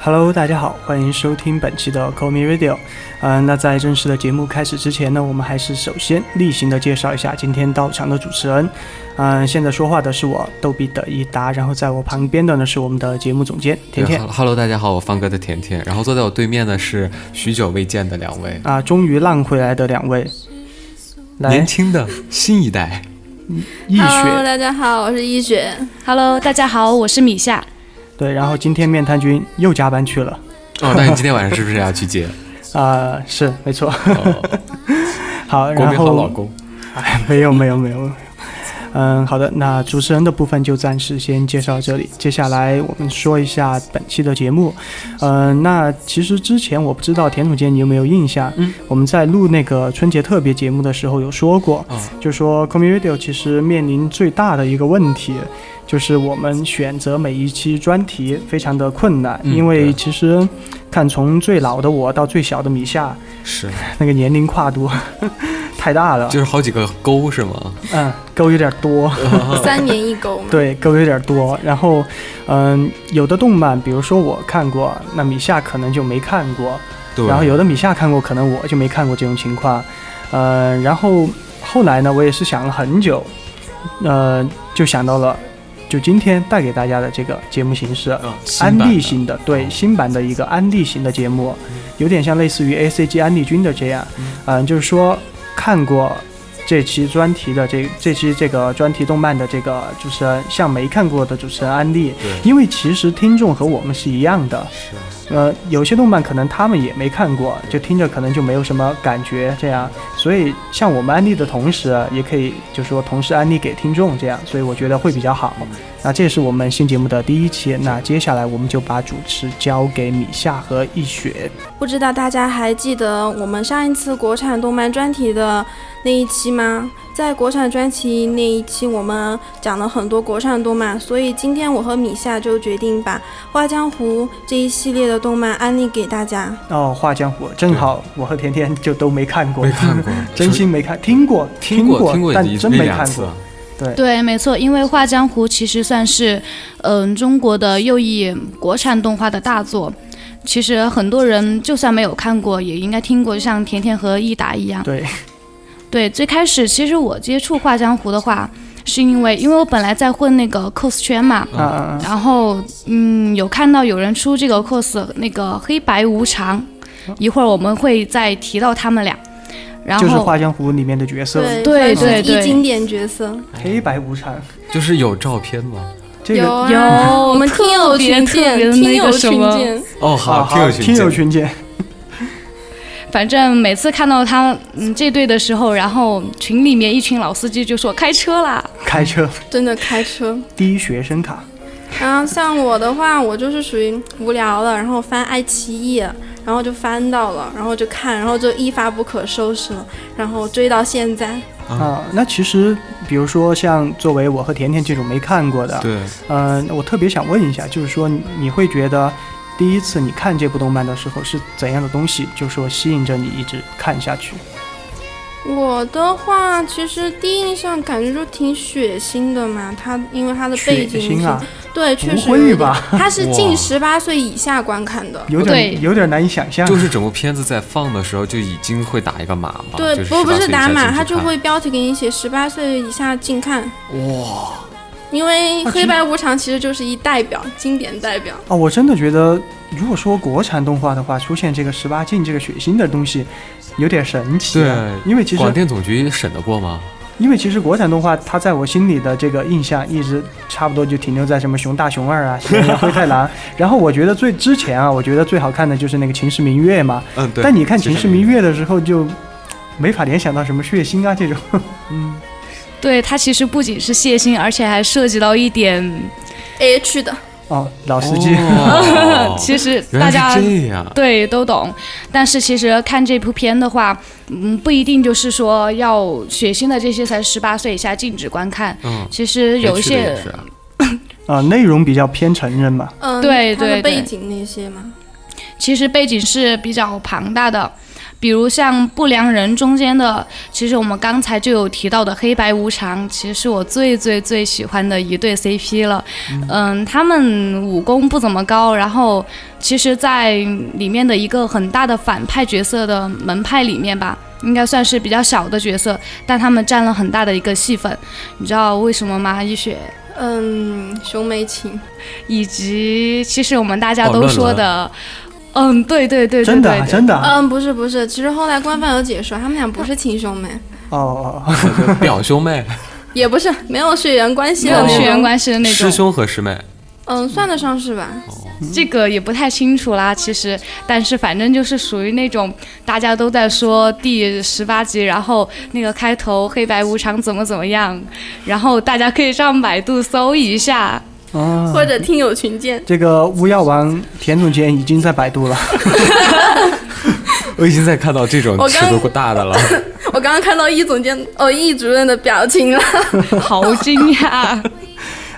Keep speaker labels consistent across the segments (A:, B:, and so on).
A: Hello，大家好，欢迎收听本期的 Call Me Radio。嗯、那在正式的节目开始之前呢，我们还是首先例行的介绍一下今天到场的主持人。嗯、现在说话的是我逗比的一达，然后在我旁边的呢是我们的节目总监甜甜。
B: 对哈喽，大家好，我方哥的甜甜，然后坐在我对面的是许久未见的两位
A: 啊，终于浪回来的两位，来啊
B: 年轻的新一代。
A: 易
C: Hello，
A: 雪
C: 大家好，我是易雪。
D: Hello，大家好，我是米夏。
A: 对，然后今天面瘫君又加班去了。
B: 哦，那你今天晚上是不是要去接？
A: 啊、是没错。
B: 哦、
A: 好，
B: 国
A: 然
B: 民好
A: 后
B: 老公，
A: 没有没有没有。没有嗯，好的，那主持人的部分就暂时先介绍到这里。接下来我们说一下本期的节目。嗯，那其实之前我不知道田总监你有没有印象，
B: 嗯，
A: 我们在录那个春节特别节目的时候有说过，
B: 哦
A: 就说 c o m m u n i t y 其实面临最大的一个问题，就是我们选择每一期专题非常的困难，
B: 嗯
A: 因为
B: 对
A: 其实看从最老的我到最小的米夏，
B: 是，
A: 那个年龄跨度 太大了
B: 就，是好几个勾是吗？
A: 嗯，沟有点多，
C: 三年一狗嘛，
A: 啊对，沟有点多。然后，嗯，有的动漫，比如说我看过，那米夏可能就没看过，
B: 对，
A: 然后有的米夏看过，可能我就没看过这种情况。呃，然后后来呢，我也是想了很久，呃，就想到了，就今天带给大家的这个节目形式，
B: 嗯
A: 安利，
B: 新版
A: 型的，对
B: 哦
A: 新版的一个安利型的节目，有点像类似于 A C G 安利君的这样，嗯、就是说看过这期专题的这这期这个专题动漫的这个主持人，向没看过的主持人安利，
B: 的对，
A: 因为其实听众和我们是一样的，
B: 是
A: 呃，有些动漫可能他们也没看过，就听着可能就没有什么感觉这样，所以像我们安利的同时，也可以就说同时安利给听众这样，所以我觉得会比较好。那这是我们新节目的第一期，那接下来我们就把主持交给米夏和易雪。
C: 不知道大家还记得我们上一次国产动漫专题的那一期吗？在国产专题那一期，我们讲了很多国产动漫，所以今天我和米夏就决定把《花江湖》这一系列的动漫安利给大家。
A: 哦，画江湖正好我和甜甜就都没看过，，
B: 没看过
A: 真心没看，听过
B: 听
A: 过，
B: 听过
A: 但
B: 一
A: 真
B: 一
A: 没
B: 两
A: 看
B: 次
A: 过。，哎
D: 对，没错，因为《画江湖》其实算是，嗯、中国的右翼国产动画的大作。其实很多人就算没有看过，也应该听过，就像甜甜和益达一样。
A: 对，
D: 对，最开始其实我接触《画江湖》的话，是因为因为我本来在混那个 cos 圈嘛，
B: 嗯
A: 啊啊
D: 然后嗯，有看到有人出这个 cos 那个黑白无常，一会儿我们会再提到他们俩。然
A: 啊，
D: 后
A: 哦就是画江湖里面的角色，
D: 对
C: 算是
D: 对对
C: 一经典角色。
A: 黑白无常，
B: 就是有照片吗？
A: 这个
C: 啊
D: 有
C: 我们听友群
D: 特别特
C: 见，
D: 别的
C: 听
D: 那
C: 友
D: 个什
C: 群
D: 么
C: 见，
B: 哦，
A: 好
B: 好，听友群
A: 听
B: 见，
A: 友群见。
D: 反正每次看到他嗯这对的时候，然后群里面一群老司机就说开车啦，
A: 开车
C: 真的开车。
A: 第一学生卡，
C: 然后像我的话，我就是属于无聊了，然后翻爱奇艺，然后就翻到了，然后就看，然后就一发不可收拾了，然后追到现在。
B: 啊
A: 啊、那其实比如说像作为我和甜甜这种没看过的，
B: 对，
A: 嗯、我特别想问一下，就是说你你会觉得第一次你看这部动漫的时候是怎样的东西，就说吸引着你一直看下去？
C: 我的话，其实第一印象感觉就挺血腥的嘛，它因为它的
A: 血
C: 呃背景
A: 腥
C: 是，
A: 啊，
C: 对，确实
A: 不会
C: 有点
A: 吧？啊
C: 它是
B: 哇
C: 近十八岁以下观看的。
A: 有
D: 对
A: 点有点难以想象。
B: 就是整部片子在放的时候就已经会打一个码嘛，
C: 对，
B: 就
C: 不不
B: 18岁
C: 是
B: 以
C: 打
B: 下禁
C: 码，
B: 止
C: 它就
B: 看
C: 会标题给你写十八岁以下禁看，
B: 哇，
C: 因为
A: 啊
C: 黑
A: 其
C: 白无常其实就是一代表，经典代表。
A: 哦，我真的觉得，如果说国产动画的话，出现这个十八禁这个血腥的东西，有点神奇啊、
B: 对
A: 因为其实
B: 广电总局审得过吗？
A: 因为其实国产动画，它在我心里的这个印象一直差不多就停留在什么熊大、熊二啊、喜羊羊灰太 狼。然后我觉得最之前啊，我觉得最好看的就是那个《秦时明月》嘛。
B: 嗯，对
A: 但你看《秦时明月》的时候，就没法联想到什么血腥啊这种。
D: 对他其实不仅是谢欣，而且还涉及到一点，
C: A 区的，
A: 哦，老司机，
B: 啊哦
D: 其实
B: 原
D: 大
B: 来是
D: 家
B: 这样，
D: 对都懂，但是其实看这部片的话，嗯，不一定就是说要血腥的这些才十八岁以下禁止观看，
B: 嗯，
D: 其实有一
B: 没去的
D: 些
B: 也是啊
A: 啊、内容比较偏成人嘛。
C: 嗯，
D: 对
C: 它的
D: 对对
C: 背景那些嘛。
D: 其实背景是比较庞大的。比如像不良人中间的，其实我们刚才就有提到的黑白无常，其实是我最最最喜欢的一对 CP 了。嗯，他们武功不怎么高，然后其实，在里面的一个很大的反派角色的门派里面吧，应该算是比较小的角色，但他们占了很大的一个戏份。你知道为什么吗？一雪，
C: 嗯，兄妹情，
D: 以及其实我们大家
B: 哦
D: 都
B: 乱
D: 说
B: 伦
D: 的，嗯，对对对对对对，
A: 真的啊真的啊
C: 嗯，不是不是，其实后来官方有解说，他们俩不是亲兄妹，
A: 哦哦哦，
B: 就表兄妹、
C: 也不是没有血缘关系
D: 没
C: 的
A: 哦
D: 有
C: 那种
D: 血缘关系的那种
B: 师，兄和师妹，
C: 嗯，算得上是吧？
D: 这个也不太清楚啦，其实，但是反正就是属于那种大家都在说第十八集，然后那个开头黑白无常怎么怎么样，然后大家可以上百度搜一下。
A: 啊
C: 嗯或者听友群见。
A: 这个巫药王田总监已经在百度了，
B: 我已经在看到这种
C: 我
B: 尺
C: 刚
B: 度大的 了。
C: 我刚刚看到易总监哦，易主任的表情了。
D: 好惊 讶！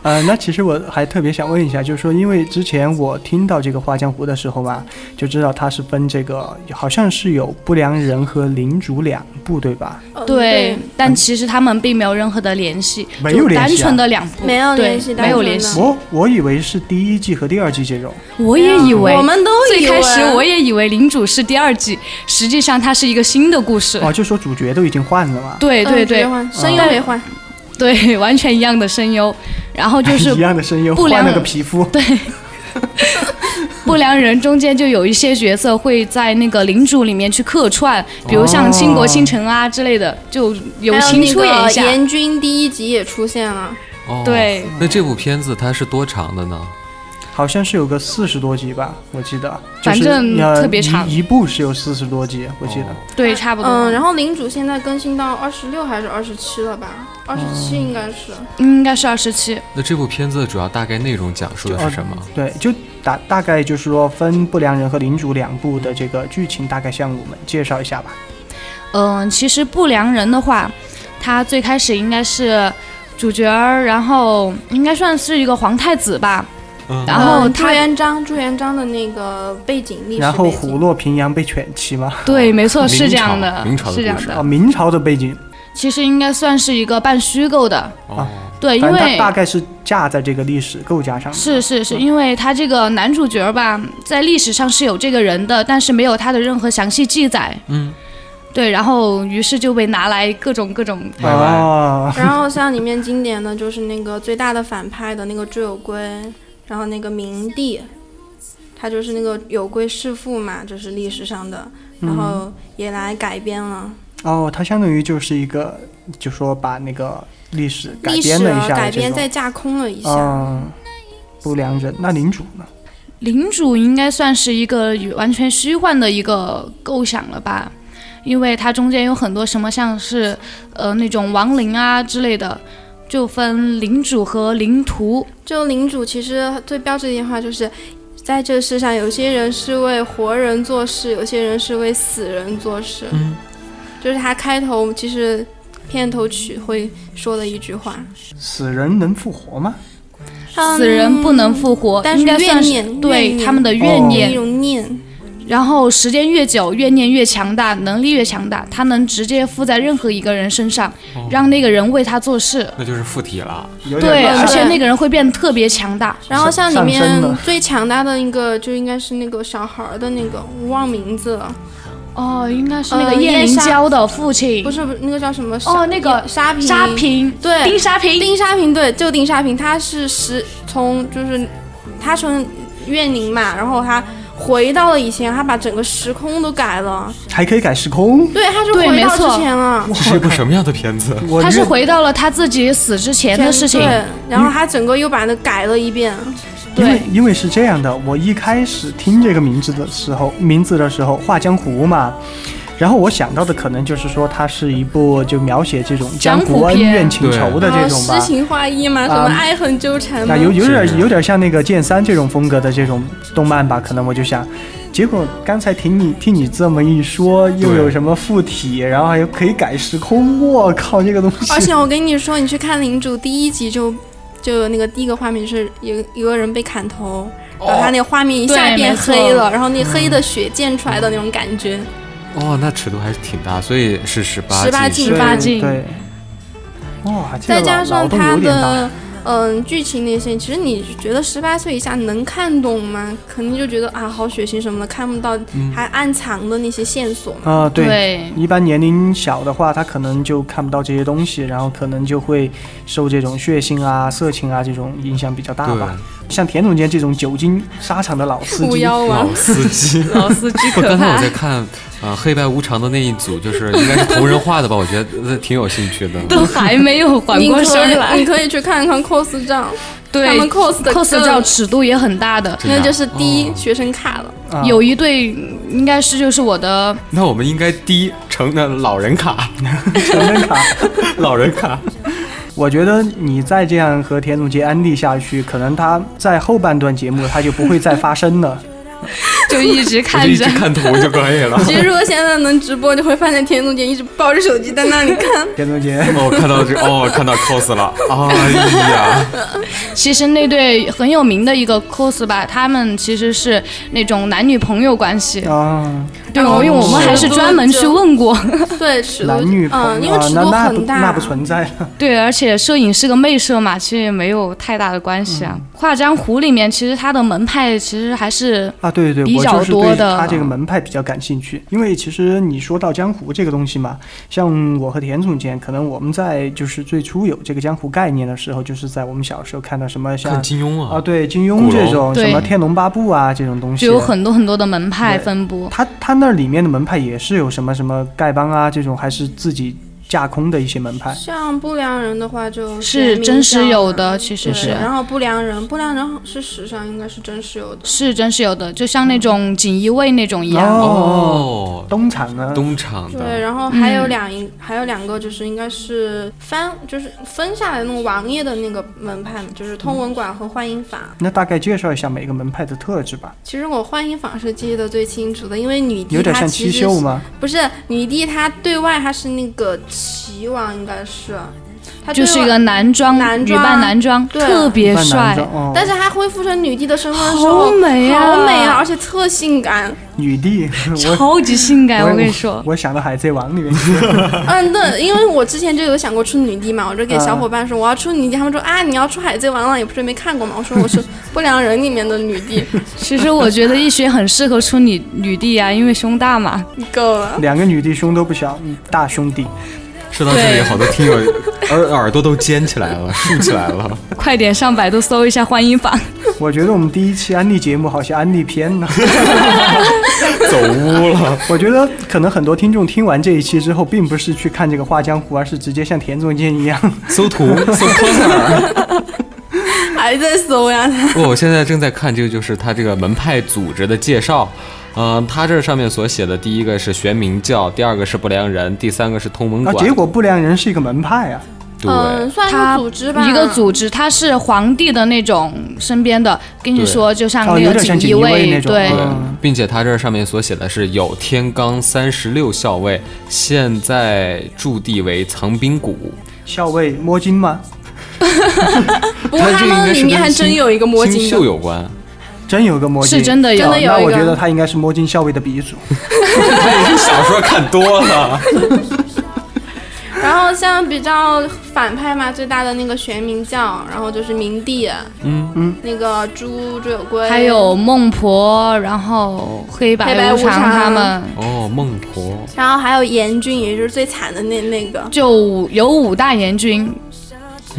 A: 呃，那其实我还特别想问一下，就是说，因为之前我听到这个《花江湖》的时候嘛，就知道它是分这个，好像是有不良人和领主两部，对吧？
C: 嗯
D: 对，但其实他们并没有任何的联系，
A: 没有
D: 就
A: 联系啊
D: 单纯的两部，
C: 没有联系
D: 对没有
C: 单纯
D: 联系
C: 的。
A: 我我以为是第一季和第二季这种，
D: 我也以为，
C: 我们都以
D: 最
C: 为
D: 开始我也以为领主是第二季，实际上它是一个新的故事。
A: 哦，就说主角都已经换了嘛，
D: 对
C: 嗯
D: 对
C: 直
D: 对
C: 接换声优没换，
D: 对，完全一样的声优，然后就
B: 哎
D: 是
A: 一样的声优，
D: 不良
A: 换了个皮肤，对，
D: 不良人中间就有一些角色会在那个领主里面去客串，比如
B: 哦
D: 像倾国倾城啊之类的，就友
C: 还有
D: 情
C: 那
D: 出演
C: 个
D: 一下。
C: 严军第一集也出现了，
B: 哦，
D: 对，
B: 那这部片子它是多长的呢？
A: 好像是有个四十多集吧，我记得，就
D: 反
A: 是
D: 正
A: 呃
D: 特别
A: 一
D: 长
A: 一部是有四十多集，我记得。
B: 哦
D: 对，差不多。
C: 嗯，然
D: 后
C: 后领主现在更新到二十六还是二十七了吧？二十七
D: 嗯
C: 应该是。
D: 应该是二十七。
B: 那这部片子的主要大概内容讲述的是什么？
A: 对，就大大概就是说分不良人和领主两部的这个剧情，大概向我们介绍一下吧。
D: 嗯、其实不良人的话，他最开始应该是主角儿，然后应该算是一个皇太子吧。
B: 嗯
D: 然后
C: 嗯朱
D: 他
C: 元璋，朱元璋的那个背景历史背景，
A: 然后虎落平阳被犬欺嘛，
D: 对，没错，是这样
B: 明朝明朝的
D: 是这样
B: 故事
A: 啊，
D: 的。
A: 明朝的背景，
D: 其实应该算是一个半虚构的，
A: 啊
B: 哦，
C: 哎
D: 对，因
A: 反正它
D: 为
A: 大概是架在这个历史构架上。
D: 是是是，因为他这个男主角吧，在历史上是有这个人的，但是没有他的任何详细记载。
B: 嗯，
D: 对，然后于是就被拿来各种各种。
B: 拜拜。
A: 啊，
C: 然后像里面经典的就是那个最大的反派的那个朱友圭，然后那个明帝，他就是那个有龟弑父嘛，这是历史上的，然
A: 嗯
C: 后也来改编了，
A: 哦，它相当于就是一个，就说把那个历史改
C: 历
A: 编
C: 史
A: 了一
C: 啊
A: 下
C: 改
A: 的这
C: 编
A: 种
C: 再。架空了一下。
A: 嗯，不良人，那领主呢？
D: 领主应该算是一个完全虚幻的一个构想了吧，因为它中间有很多什么像是呃那种亡灵啊之类的，就分领主和灵徒。
C: 就领主其实最标志的一句话就是。在这世上，有些人是为活人做事，有些人是为死人做事。
B: 嗯，
C: 就是他开头其实片头曲会说的一句话。
D: 嗯
A: 死人能复活吗？
D: 死人不能复
C: 嗯
D: 活，
C: 但是
D: 应该
C: 怨
D: 算是
C: 念
D: 对
C: 怨念
D: 他们的
A: 哦
D: 怨
C: 有
D: 念
C: 嗯一种念，
D: 然后时间越久，怨念越强大，能力越强大，它能直接附在任何一个人身上，让那个人为他做事。
B: 那就是附 体了。
A: 有
D: 对，
A: 点
C: 对
D: 而且
C: 对
D: 那个人会变得特别强大。
C: 然后像里
A: 上升
C: 面
A: 的
C: 最强大的一个就应该是那个小孩儿的那个，我忘名字了，
D: 哦，应该是
C: 呃
D: 那个叶
C: 叶
D: 灵
C: 莎
D: 娇的父亲，
C: 不是不是那个叫什么
D: 哦那个
C: 沙坪
D: 沙平，
C: 对
D: 丁沙平，
C: 丁沙坪对，就丁沙坪，他是十从就是他从怨灵嘛，然后他回到了以前，他把整个时空都改了，
A: 还可以改时空。
C: 对，他就
D: 对
C: 回
D: 没
C: 到
D: 错
C: 之前了。
B: 这是一部什么样的片子？
A: 我
D: 他是
A: 越
D: 回到了他自己死之前的事情。
C: 对，然后他整个又把它改了一遍，
A: 因为
D: 对
A: 因为是这样的，我一开始听这个名字的时候，名字的时候，画江湖嘛，然后我想到的可能就是说，它是一部就描写这种江
D: 江湖
A: 湖恩
D: 片
A: 怨情仇的
C: 然
A: 这
C: 后
A: 种
C: 啊诗
A: 吧，
C: 情画意嘛，什
A: 啊
C: 么爱恨纠缠嘛
A: 那，有有
B: 是
A: 点有点像那个剑三这种风格的这种动漫吧，可能我就想。结果刚才听你听你这么一说，又
B: 对
A: 有什么附体，然后还有可以改时空，我靠，这个东
C: 而
A: 西
C: 且我跟你说，你去看《领主》第一集就就有那个第一个画面是有一个人被砍头，然后他那个画面一下
D: 对
C: 变
D: 没
A: 嗯
D: 错
C: 黑了，然后那黑的血溅出来的那种感觉，
B: 哦，那尺度还是挺大，所以是十八
C: 18禁
A: 对
C: 发
D: 禁
A: 对。哇，这
C: 再
A: 个
C: 加
A: 脑
C: 上
A: 脑洞
C: 它
A: 有点大。
C: 的嗯剧情那些，其实你觉得十八岁以下能看懂吗？肯定就觉得啊，好血腥什么的，看不到，
B: 嗯
C: 还暗藏的那些线索嘛。
A: 啊、对，
D: 对
A: 一般年龄小的话，他可能就看不到这些东西，然后可能就会受这种血腥啊、色情啊这种影响比较大吧。
B: 对，
A: 像田总监这种久经沙场的老 司
C: 五
A: 机，
C: 幺啊
B: 老，司机。
D: 老司机
B: 不，
D: 可
B: 刚才我
D: 怕
B: 在。看啊、呃黑白无常》的那一组，就是应该是同人画的吧？我觉得呃挺有兴趣的。
D: 都还没有缓
C: 你
D: 过
C: 可
D: 神儿
C: 以
D: 来
C: 你，可以去看看 cos 照，
D: 对
C: 他们 cos 的
D: cos
C: 更
D: 照尺度也很大的，
B: 真的
C: 那
B: 啊
C: 就是第一
B: 哦
C: 学生卡了。
A: 啊、
D: 有一对应该是就是我的
B: 那我们应该低成的老人卡，
A: 成人卡。
B: 老人 卡。
A: 我觉得你再这样和田总监安利下去，可能他啊在后半段节目他就不会再发声了。
D: 就一直
B: 我
D: 看
B: 就一
D: 着
B: 直。看图就可 以了。
C: 其实如果现在能直播，就会发现田总监一直抱着手机在那里 看。
A: 田总 监，
B: 哦，看到这，哦，看到 cos 了，哎呀，
D: 其实那对很有名的一个 cos 吧，他们其实是那种男女朋友关系。
A: 啊，
D: 对，
C: 哦
D: 我因为我们还是专门去问过。
C: 对，尺度，
A: 男女朋友、
C: 嗯，因为
A: 啊
C: 尺
A: 那
C: 度
A: 那不
C: 很
A: 那
C: 大
A: 不。存在了。
D: 对，而且摄影是个媚摄嘛，其实也没有太大的关系啊。画江湖里面其实它的门派其实还是
A: 啊，对对对，
D: 比
A: 我
D: 较
A: 就是
D: 多
A: 对
D: 的嗯
A: 他这个门派比较感兴趣，因为其实你说到江湖这个东西嘛，像我和田总监，可能我们在就是最初有这个江湖概念的时候，就是在我们小时候看到什么像
B: 看金庸
A: 啊，
B: 啊，
A: 对金庸
B: 古
A: 这
B: 龙
A: 种什
D: 对
A: 么《天龙八部啊》这种东西，
D: 就有很多很多的门派
A: 对
D: 分布。
A: 他他那里面的门派也是有什么什么丐帮啊这种，还是自己架空的一些门派。
C: 像不良人的话就，
D: 是真实有的其实
A: 是
C: 啊然后不良人，不良人好是史上应该是真实有的。
D: 是真是有的，就像那种锦衣卫那种一样。
B: 哦，
A: 东厂啊呢？
B: 东厂
C: 对，
B: 的，
C: 然
D: 嗯
C: 后还有两、还有两个就是应该是翻就是分下来那种王爷的那个门派嘛，就是通文馆和幻影法。
A: 那大概介绍一下每个门派的特质吧，
C: 其实我幻影法是记得最清楚的，因为女帝
A: 有点
C: 她
A: 像
C: 其
A: 七
C: 实
A: 秀
C: 是
A: 吗？
C: 不是女帝，她对外她是那个齐王，应该是，啊她对
D: 就
C: 外
D: 是一个男装，
C: 男
D: 女
C: 装
D: 扮男装，
C: 对
D: 特别
A: 扮男
D: 帅
A: 装，哦，
C: 但是她恢复成女帝的身份的时候，
D: 好美啊，
C: 好美啊，，而且特性感。
A: 女帝， 我
D: 超级性感，
A: 我
D: 哎我跟你 说，
A: 我想到《海贼王》里面去，
C: 嗯，对，因为我之前就有想过出女帝嘛，我就给
D: 嗯
C: 小伙伴说我要出女帝，他们说啊你要出海贼王了，也不是没看过嘛。我说 我是不良人里面的女帝，
D: 其实我觉得易学很适合出女女帝啊，因为胸大嘛。
C: 你够了。
A: 两个女帝胸都不小，嗯大兄弟。
B: 说到这里，好多听友耳耳朵都尖起来了，竖起来了。
D: 快点上百度搜一下欢迎坊，
A: 我觉得我们第一期安利节目好像安利偏了，
B: 走污了。
A: 我觉得可能很多听众听完这一期之后，并不是去看这个《画江湖》，而是直接像田中健一 样，
B: 搜图，搜 coser。
C: 还在搜呀，
B: 不，我现在正在看这个，就是他这个门派组织的介绍。嗯、他这上面所写的第一个是玄冥教，第二个是不良人，第三个是通文
A: 啊，
B: 馆。
A: 结果不良人是一个门派啊，
B: 对，
C: 嗯，算
D: 他
C: 个组织吧，
D: 一个组织，他是皇帝的那种身边的，跟你说，就像
A: 哦，
D: 那
A: 有
D: 个
A: 点像
D: 锦衣
A: 锦衣卫那种，
D: 对，
A: 嗯
B: 并且它这上面所写的是有天罡三十六校尉，现在驻地为藏兵谷。
A: 校尉摸金吗？
C: 不过
B: 这
C: 他
B: 个应
C: 们
B: 该是
C: 里面
B: 跟
C: 还真
B: 星
C: 有一个魔
B: 星
C: 镜
B: 宿
C: 的，
B: 有关，
A: 真有个摸金，
D: 是真的有
C: 真的有
A: 啊那我
C: 一个
A: 觉得他应该是摸金校尉的鼻 祖。
B: 他也是小说看多了。
C: 然后像比较反派嘛，最大的那个玄冥教，然后就是明帝，
B: 嗯
A: 嗯，
C: 那个朱朱有圭，
D: 还有孟婆，然后黑白
C: 黑白无
D: 无常
C: 常
D: 他们。
B: 哦，孟婆，
C: 然后还有严俊，也就是最惨的那那个，
D: 就五有五大阎君，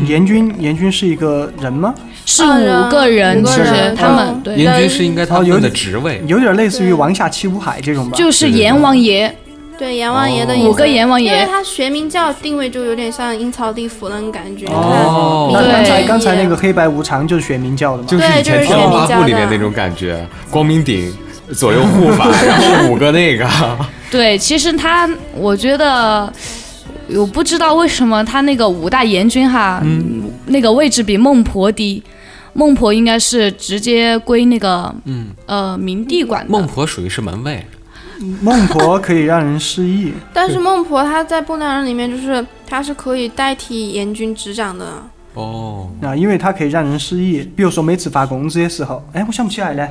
A: 严君，严君是一个人吗？
D: 是
C: 啊人
D: 五个人，
A: 五个
D: 其实
A: 人
D: 他
C: 嗯
D: 们对，
B: 阎君是应该他们的职位。
A: 哦有点类似于
C: 对
A: 王下七武海这种吧。
D: 就是阎王爷，
C: 对阎王爷的
B: 哦
C: 意思
D: 五个阎王
C: 因为
D: 爷，
C: 它学名叫定位就有点像阴曹地府那种感觉。
B: 哦
C: 你
A: 那
C: 看
A: 刚才
D: 对
A: 刚才那个黑白无常就是学明教的嘛。
B: 就是以前《
C: 哎对就是
B: 天龙
C: 玄冥
B: 八
C: 教
B: 部》
C: 的
B: 里面那种感觉，光明顶左右护 法，然后五个那个，
D: 对，其实他，我觉得，我不知道为什么他那个五大阎君哈，
A: 嗯
D: 那个位置比孟婆低。孟婆应该是直接归那个，
B: 嗯
D: 呃，明帝管的。
B: 孟婆属于是门卫，
A: 孟婆可以让人失忆，
C: 但是孟婆她在《不良人》里面就是她是可以代替阎君执掌的。
B: 哦，
A: 啊，因为它可以让人失忆。比如说每次发工资的时候，哎，我想不起来了，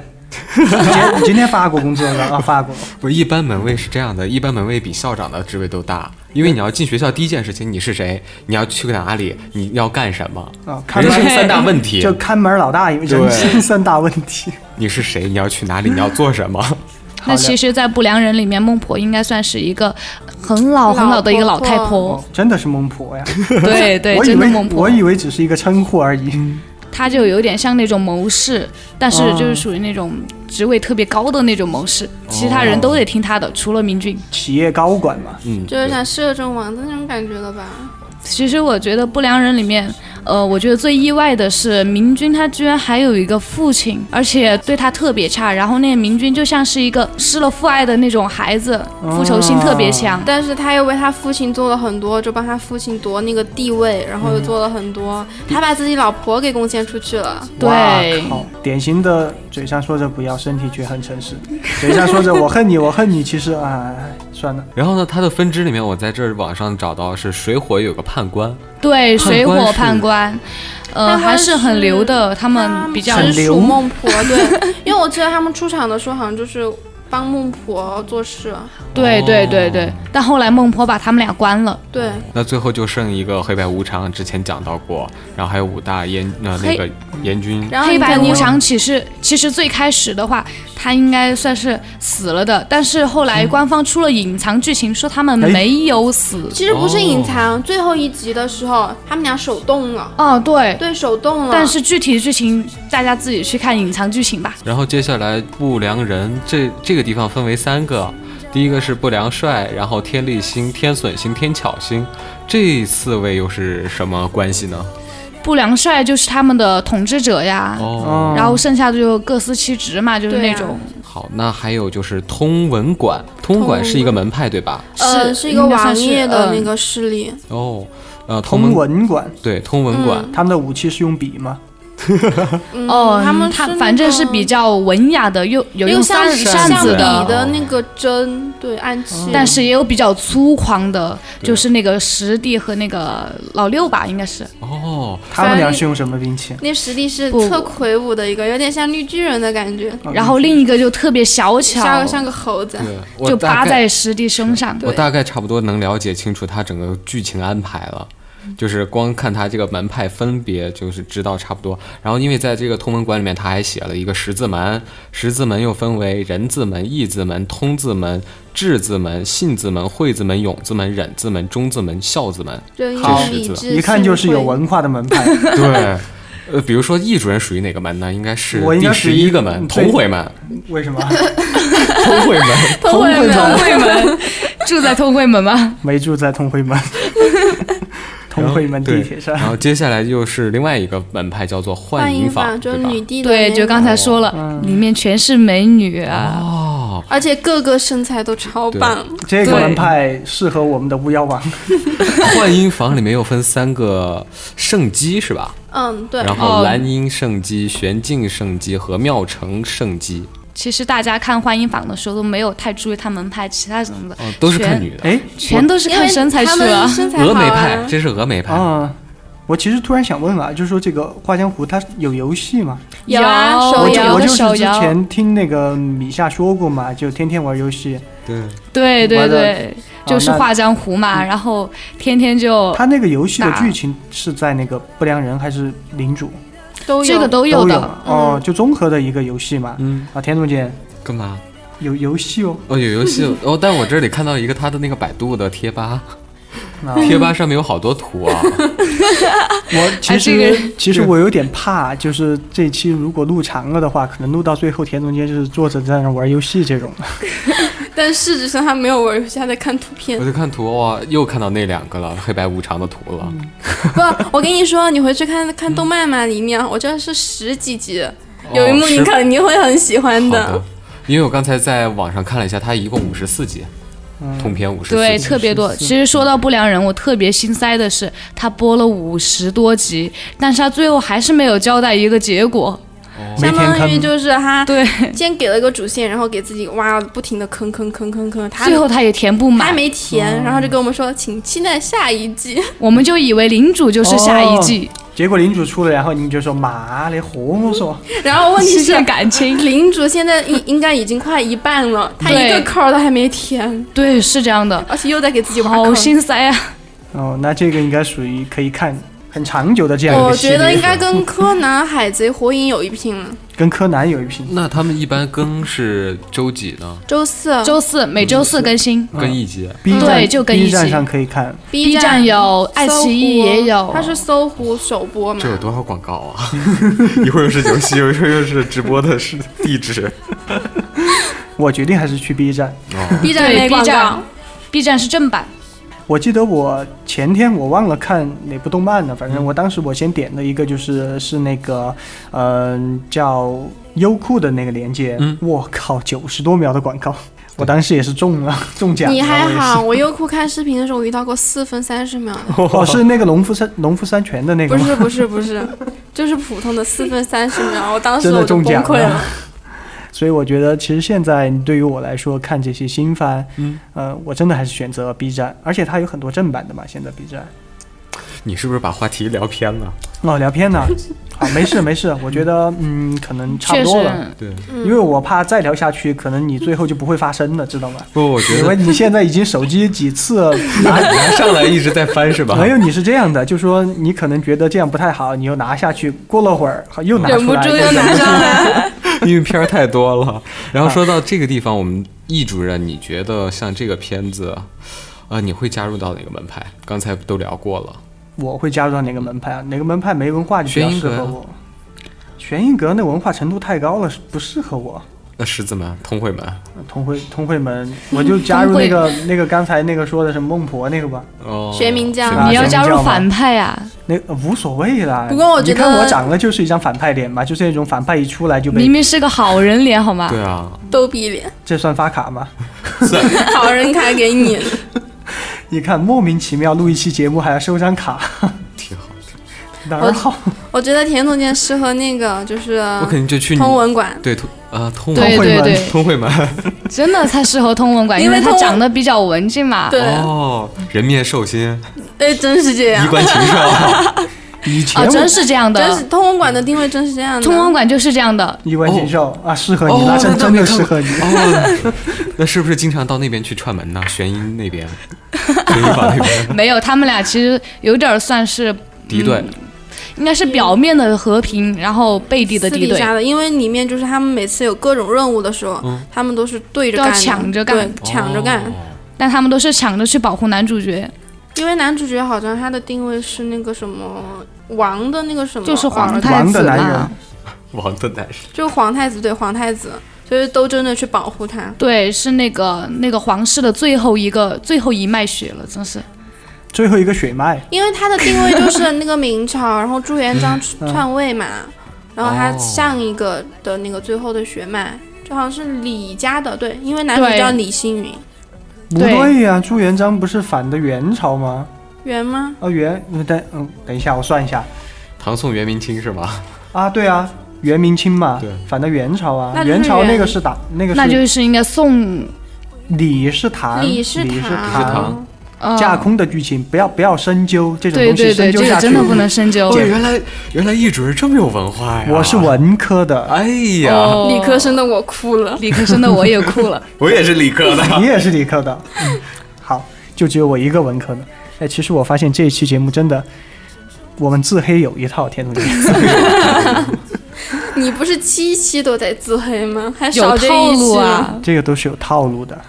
A: 你今你今天发过工资了啊？发过。
B: 不，一般门卫是这样的，一般门卫比校长的职位都大，因为你要进学校第一件事情，你是谁，你要去哪里，你要干什么，
A: 啊，看
B: 人
A: 门
B: 生
D: 对
B: 三大问题
A: 就，看门老大，人
B: 对
A: 生三大问题。
B: 你是谁，你要去哪里，你要做什么。
A: 好
D: 那
A: 的
D: 其实，在不良人里面，孟婆应该算是一个很老很老的一个老太
C: 老
D: 婆
A: 哦。，真的是孟婆呀！
D: 对对，
A: 我以
D: 真的
A: 为
D: 孟婆嗯
A: 我，以为只是一个称呼而已。
D: 她就有点像那种谋士，但是
A: 哦
D: 就是属于那种职位特别高的那种谋士，其他
A: 哦
D: 人都得听她的，除了明俊。
A: 企业高管嘛，
B: 嗯，
C: 就是像摄政王的那种感觉了吧？
D: 其实我觉得不良人里面，呃，我觉得最意外的是明君他居然还有一个父亲，而且对他特别差。然后那个明君就像是一个失了父爱的那种孩子，复仇心特别强。
C: 但是他又为他父亲做了很多，就帮他父亲夺那个地位，然后又做了很多，他把自己老婆给贡献出去了。
D: 对
A: 哇靠，典型的嘴上说着不要，身体却很诚实；嘴上说着我恨你，我恨你，其实啊，哎算了。
B: 然后呢，它的分支里面，我在这儿网上找到是水火有个判官，
D: 对，
B: 判
D: 水
B: 官
D: 火
B: 是
D: 判官，呃，
C: 判官
D: 还是很
C: 是
D: 流的，他们比较
A: 很
C: 直
A: 流
C: 属孟婆， 对，因为我记得他们出场的时候好像就是帮孟婆做事，
D: 对对对对。但后来孟婆把他们俩关了，
C: 对，
B: 那最后就剩一个黑白无常，之前讲到过，然后还有五大燕呃那
D: 黑
B: 个阎君，
C: 然后
D: 黑
C: 你
D: 白
C: 肯定
D: 无常其实其实最开始的话，他应该算是死了的，但是后来官方出了隐藏剧情，说他们
A: 哎
D: 没有死。
C: 其实不是隐藏，最后一集的时候他们俩手动了，
D: 哦，对，
C: 对手动了，
D: 但是具体剧情大家自己去看隐藏剧情吧。
B: 然后接下来不良人这这个地方分为三个，第一个是不良帅，然后天力星、天损星、天巧星，这四位又是什么关系呢？
D: 不良帅就是他们的统治者呀，
B: 哦，
A: 嗯
D: 然后剩下的就各司其职嘛，就是
C: 对
D: 那
C: 啊
D: 种、
B: 好，那还有就是通文馆，通文馆是一个门派对吧？
C: 呃是一个
D: 应该算
C: 王
D: 是
C: 爷的那
D: 嗯
C: 个势力，
B: 哦，呃，
A: 同文馆，
B: 对通文馆，
A: 他们的武器是用笔吗？
C: 嗯，
D: 哦，
C: 他们
D: 他
C: 那
D: 反正
C: 个
D: 是比较文雅的，又有用
C: 像
D: 扇
C: 是
D: 扇
C: 像
D: 子
B: 的
C: 笔的那个针，对暗器，
D: 哦但是也有比较粗犷的，
B: 对
D: 就是那个十弟和那个老六吧，应该是。
B: 哦，
A: 他们俩是用什么兵器？
C: 那实力是
D: 不
C: 特魁梧的一个，有点像绿巨人的感觉，
D: 然后另一个就特别小巧，
C: 像个像个猴子，
B: 对，我
D: 就
B: 大
D: 扒
B: 概
D: 在十弟身上。
B: 我大概差不多能了解清楚它整个剧情安排了。
C: 嗯
B: 就是光看它这个门派分别，就是知道差不多。然后因为在这个通门馆里面，他还写了一个十字门，十字门又分为人字门、义字门、通字门、智字门、信字门、会字门、勇字门、忍字门、忠字门、孝字 门。
C: 就一
B: 好
C: 种理智，
A: 一看就是有
C: 智慧
A: 文化的门 派。
B: 对，呃，比如说易主任属于哪个门呢？应该是
A: 我应
B: 第
A: 该
B: 十
A: 属于
B: 一个门，
A: 最
B: 同回门，
A: 为什么？
B: 同回门。
D: 通惠门，通惠门， 住在通惠门 吗？
A: 没住在通惠 门，通惠门地铁 站。
B: 然后接下来又是另外一个门派，叫做幻
C: 幻
B: 影
C: 影
B: 坊，
C: 坊，就
B: 对
C: 是
B: 吧？
C: 女帝的那
D: 对，
C: 个
D: 就刚才说了，里面全是美女啊。
B: 嗯哦，
C: 而且各个身材都超棒，
A: 这个
D: 对
A: 门派适合我们的巫妖王，
B: 幻音房里面又分三个圣机是吧？
C: 嗯，对，
B: 然后
D: 哦
B: 蓝音圣机、玄镜圣机和妙成圣机，
D: 其实大家看幻音坊的时候都没有太注意他门派其他什么的，
B: 哦，都是看
D: 全
B: 女的。
A: 哎
D: 全都是
C: 因为
D: 看身材去啊
C: 他
D: 了
C: 们。身材
B: 峨
C: 好
B: 眉派，
C: 啊，
B: 这是峨眉派。
A: 啊！我其实突然想问啊，就是说这个《画江湖》它有游戏吗？
C: 有啊，
D: 有
C: 手
A: 我就
D: 有
A: 我
D: 个
A: 就
C: 游，
A: 是
D: 手
A: 之
D: 游
A: 前听那个米夏说过嘛，就天天玩游戏。
B: 对，
D: 对对
A: 玩的
D: 对，就是
A: 那
D: 画江湖嘛，然后天天就
A: 他那个游戏的
D: 打
A: 剧情是在那个不良人还是领主
C: 都有
D: 这个都有
A: 都有
D: 的。嗯
A: 嘛哦，就综合的一个游戏嘛。
B: 嗯，
A: 啊，田总监
B: 干嘛？
A: 有游戏哦，
B: 哦，有游 戏哦，但我这里看到一个他的那个百度的贴吧，
A: 啊
B: 贴吧上面有好多图啊。
A: 我其
D: 哎
A: 实、
D: 这
A: 其实我有点怕，就是这期如果录长了的话，可能录到最后田总监就是坐着在那玩游戏这种。
C: 哦但事实上他没有玩游戏，他在看图片
B: 我。就看图，哇，又看到那两个了，黑白无常的图了。
C: 不，我跟你说，你回去看看动漫嘛，里面啊我记得是十几集，有一幕
B: 哦
C: 你
B: 是
C: 肯定会很喜欢
B: 好的，因为我刚才在网上看了一下，它一共五十四集，通篇五十
D: 对，
B: 四集。
D: 特别多。其实说到不良人，我特别心塞的是，他播了五十多集，但是他最后还是没有交代一个结果。
A: 每
C: 相
A: 天
C: 当
A: 看
C: 于就是他
D: 对，
C: 先给了一个主线，然后给自己挖了不停的坑坑坑坑坑，他
D: 最后他也填不
C: 他
D: 满，
C: 没填，然后就跟我们说，请期待下一季。
D: 我们就以为领主就是下一季，
A: 结果领主出了，然后你就说妈的胡说，
C: 然后 问题
D: 欺
C: 是
D: 骗感情。
C: 领主现在应应该已经快一半了，他一个
D: 对
C: 扣儿都还没填，
D: 对，是这样 的，
C: 而且又在给自己挖
D: 好
C: 坑。
D: 心塞啊！
A: 哦，那这个应该属于可以看很长久的这样一
C: 我
A: 个系列
C: 觉得应该跟柯南、海贼、火影有一拼了。
A: 跟柯南有一拼。
B: 那他们一般更是周几呢？
C: 周四
D: 周四每周四更新。
A: 嗯
B: 更一集？
A: B 站
D: 对就跟
A: B
D: 一
A: 站
D: 起
A: 上可以看，
C: B
D: 站有爱奇艺也有
C: 搜狐它是搜狐首播嘛
B: 这？有多少广告啊！ 一会儿又是游戏，一会儿又是直播的是地址。
A: 我决定还是去 B 站。
B: 哦，
C: B 站
D: 对
C: 没
D: B
C: 广告
D: 站，B 站是正版，
A: 我记得我前天我忘了看哪部动漫了，
B: 嗯
A: 反正我当时我先点了一个，就是是那个，嗯、叫优酷的那个链接。
B: 嗯
A: 我靠，九十多秒的广告，我当时也是中 了中奖了。
C: 你还
A: 我也是
C: 好，我优酷看视频的时候，我遇到过四分三十秒的。
A: 哦，是那个农夫山农夫山泉的那个
C: 不
A: 吗？
C: 是不是不是，就是普通的四分三十秒，我当时
A: 真的
C: 我就
A: 中
C: 崩
A: 奖
C: 溃
A: 了
C: 了。
A: 所以我觉得，其实现在对于我来说，看这些新番，
B: 嗯，
A: 呃，我真的还是选择 B 站，而且它有很多正版的嘛。现在 B 站，
B: 你是不是把话题聊偏了？
A: 哦，聊偏 了，好，没事没事，我觉得，嗯，可能差不
D: 确
A: 多了，
D: 实
B: 对，
C: 嗯
A: 因为我怕再聊下去，可能你最后就不会发声了，知道吗？
B: 不，我觉
A: 因为
B: 得
A: 你现在已经手机几次
B: 拿拿上来一直在翻是吧？
A: 没有，你是这样的，就说你可能觉得这样不太好，你又拿下去，过了会儿又拿出来，
C: 忍不住又拿上 来，
B: 因为片儿太多了。然后说到这个地方，我们易主任，你觉得像这个片子，呃，你会加入到哪个门派？刚才都聊过了，
A: 我会加入到哪个门派啊？哪个门派没文化就比较
B: 玄阴
A: 适
B: 阁
A: 合
B: 啊
A: 我。玄阴阁那文化程度太高了，不适合我。
B: 那十字门、通惠门，
A: 通惠通惠门，
C: 嗯
A: 我就加入那个那个刚才那个说的什么孟婆那个吧，
B: 哦，
C: 玄冥教
A: 啊什
D: 你要
A: 么
D: 加
A: 叫
D: 入
A: 嘛
D: 反派啊！
A: 那呃无所谓啦。
C: 不过我觉得
A: 你看我长得就是一张反派脸嘛，就是那种反派一出来就
D: 明
A: 被
D: 明是个好人脸，好吗？
B: 对啊，
C: 逗比脸，
A: 这算发卡吗？
C: 好人卡给你。
A: 你看莫名其妙录一期节目还要收张卡，
B: 挺好。
A: 哪儿好？
D: 哦
C: 我觉得田总监适合那个就是
B: 我肯定就去你
C: 通文馆，
B: 对通啊通
D: 对
A: 通惠
D: 对
A: 门
D: 对，
B: 通惠门
D: 真的他适合通文馆，
C: 因
D: 因
C: 为
D: 为他
C: 通文
D: 长得比较文静嘛。
C: 对，
B: 哦，人面兽心，
C: 哎，真是这
B: 衣
C: 样，
B: 冠禽兽。
A: 以前
D: 啊，
A: 我
D: 真是这样
C: 真是
D: 的，
C: 通文馆的定位真是这样的。
D: 通文馆就是这样的。
A: 衣冠禽兽啊，适合你，
B: 哦
A: 那真真的
B: 那倒没看过
A: 适合你。
B: 哦，那是不是经常到那边去串门呢？玄阴那 边，玄阴坊那边
D: 没有，他们俩其实有点儿算是，
B: 敌对，
C: 嗯
D: 应该是表面的和平，然后背地的
C: 私
D: 敌
C: 底
D: 对。
C: 下的，因为里面就是他们每次有各种任务的时候，
B: 嗯
C: 他们都是对着
D: 都要
C: 干的，
D: 抢着干
C: 对，抢着干。
B: 哦
D: 但他们都是抢着去保护男主角，
C: 因为男主角好像他的定位是那个什么王的那个什么儿子，
D: 就是皇太
A: 王的
D: 子
A: 男
D: 嘛
A: 人。
B: 王的男人，
C: 就是皇太子，对皇太子，就是都真的去保护他。
D: 对，是那个那个皇室的最后一个最后一脉血了，真是。
A: 最后一个血脉，
C: 因为他的定位就是那个明朝，然后朱元璋
A: 嗯
C: 篡位嘛，然后他
B: 哦
C: 上一个的那个最后的血脉，就好像是李家的，对，因为男主角叫
D: 对
C: 李星云，
A: 不
D: 对
A: 对呀、啊朱元璋不是反的元朝吗？
C: 圆吗？
A: 啊，元，嗯等，嗯，等一下，我算一下
B: 唐宋元明清是吗？
A: 啊，对啊，元明清嘛，
B: 对
A: 反的元朝啊
C: 那，就是
A: 元朝那个
C: 元
A: 是打那个
D: 那
A: 是
D: 就是应该宋
A: 李是唐，
C: 李
A: 是
B: 唐唐
C: 堂，
D: 呃
A: 架空的剧情，不要不要深究这种
D: 对
A: 东西，
D: 对对，
A: 深究
D: 这个
A: 下去
D: 真的不能深究
B: 哦，。原来原来易主任这么有文化呀！
A: 我是文科的，
B: 哎
A: 啊
B: 呀，
D: 哦
C: 理科生的我哭了。
D: 理科生的我也哭 了。
B: 我也是理科的。
A: 你也是理科的，嗯，好，就只有我一个文科的。哎，其实我发现这一期节目真的，我们自黑有一套，田同学。
C: 你不是七期都在自黑吗？还少
D: 有
C: 这
D: 套
C: 一
D: 路
C: 期
D: 啊
C: 了。！
A: 这个都是有套路的。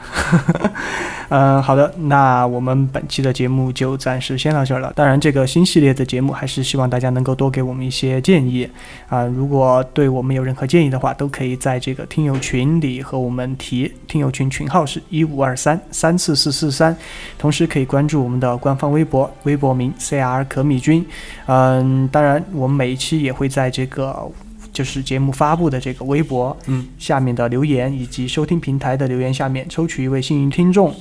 A: 嗯，好的，那我们本期的节目就暂时先到这儿了。当然，这个新系列的节目还是希望大家能够多给我们一些建议啊、如果对我们有任何建议的话，都可以在这个听友群里和我们提。听友群群号是一五二三三四四四三，同时可以关注我们的官方微博，微博名 CR 可米君。嗯，当然，我们每一期也会在这个就是节目发布的这个微博下面的留言以及收听平台的留言下面抽取一位幸运听众，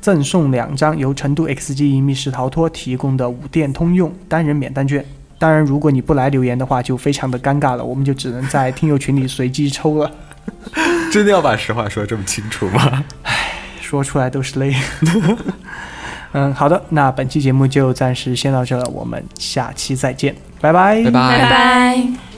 A: 赠送两张由成都 XG 营密室逃脱提供的五店通用单人免单券。当然，如果你不来留言的话，就非常的尴尬了，我们就只能在听友群里随机抽了。
B: 真的要把实话说这么清楚吗？
A: 说出来都是泪。嗯，好的，那
C: 嗯
A: 本期节目就暂时先到这了，我们下期再见，拜拜
B: 拜。
C: 拜拜。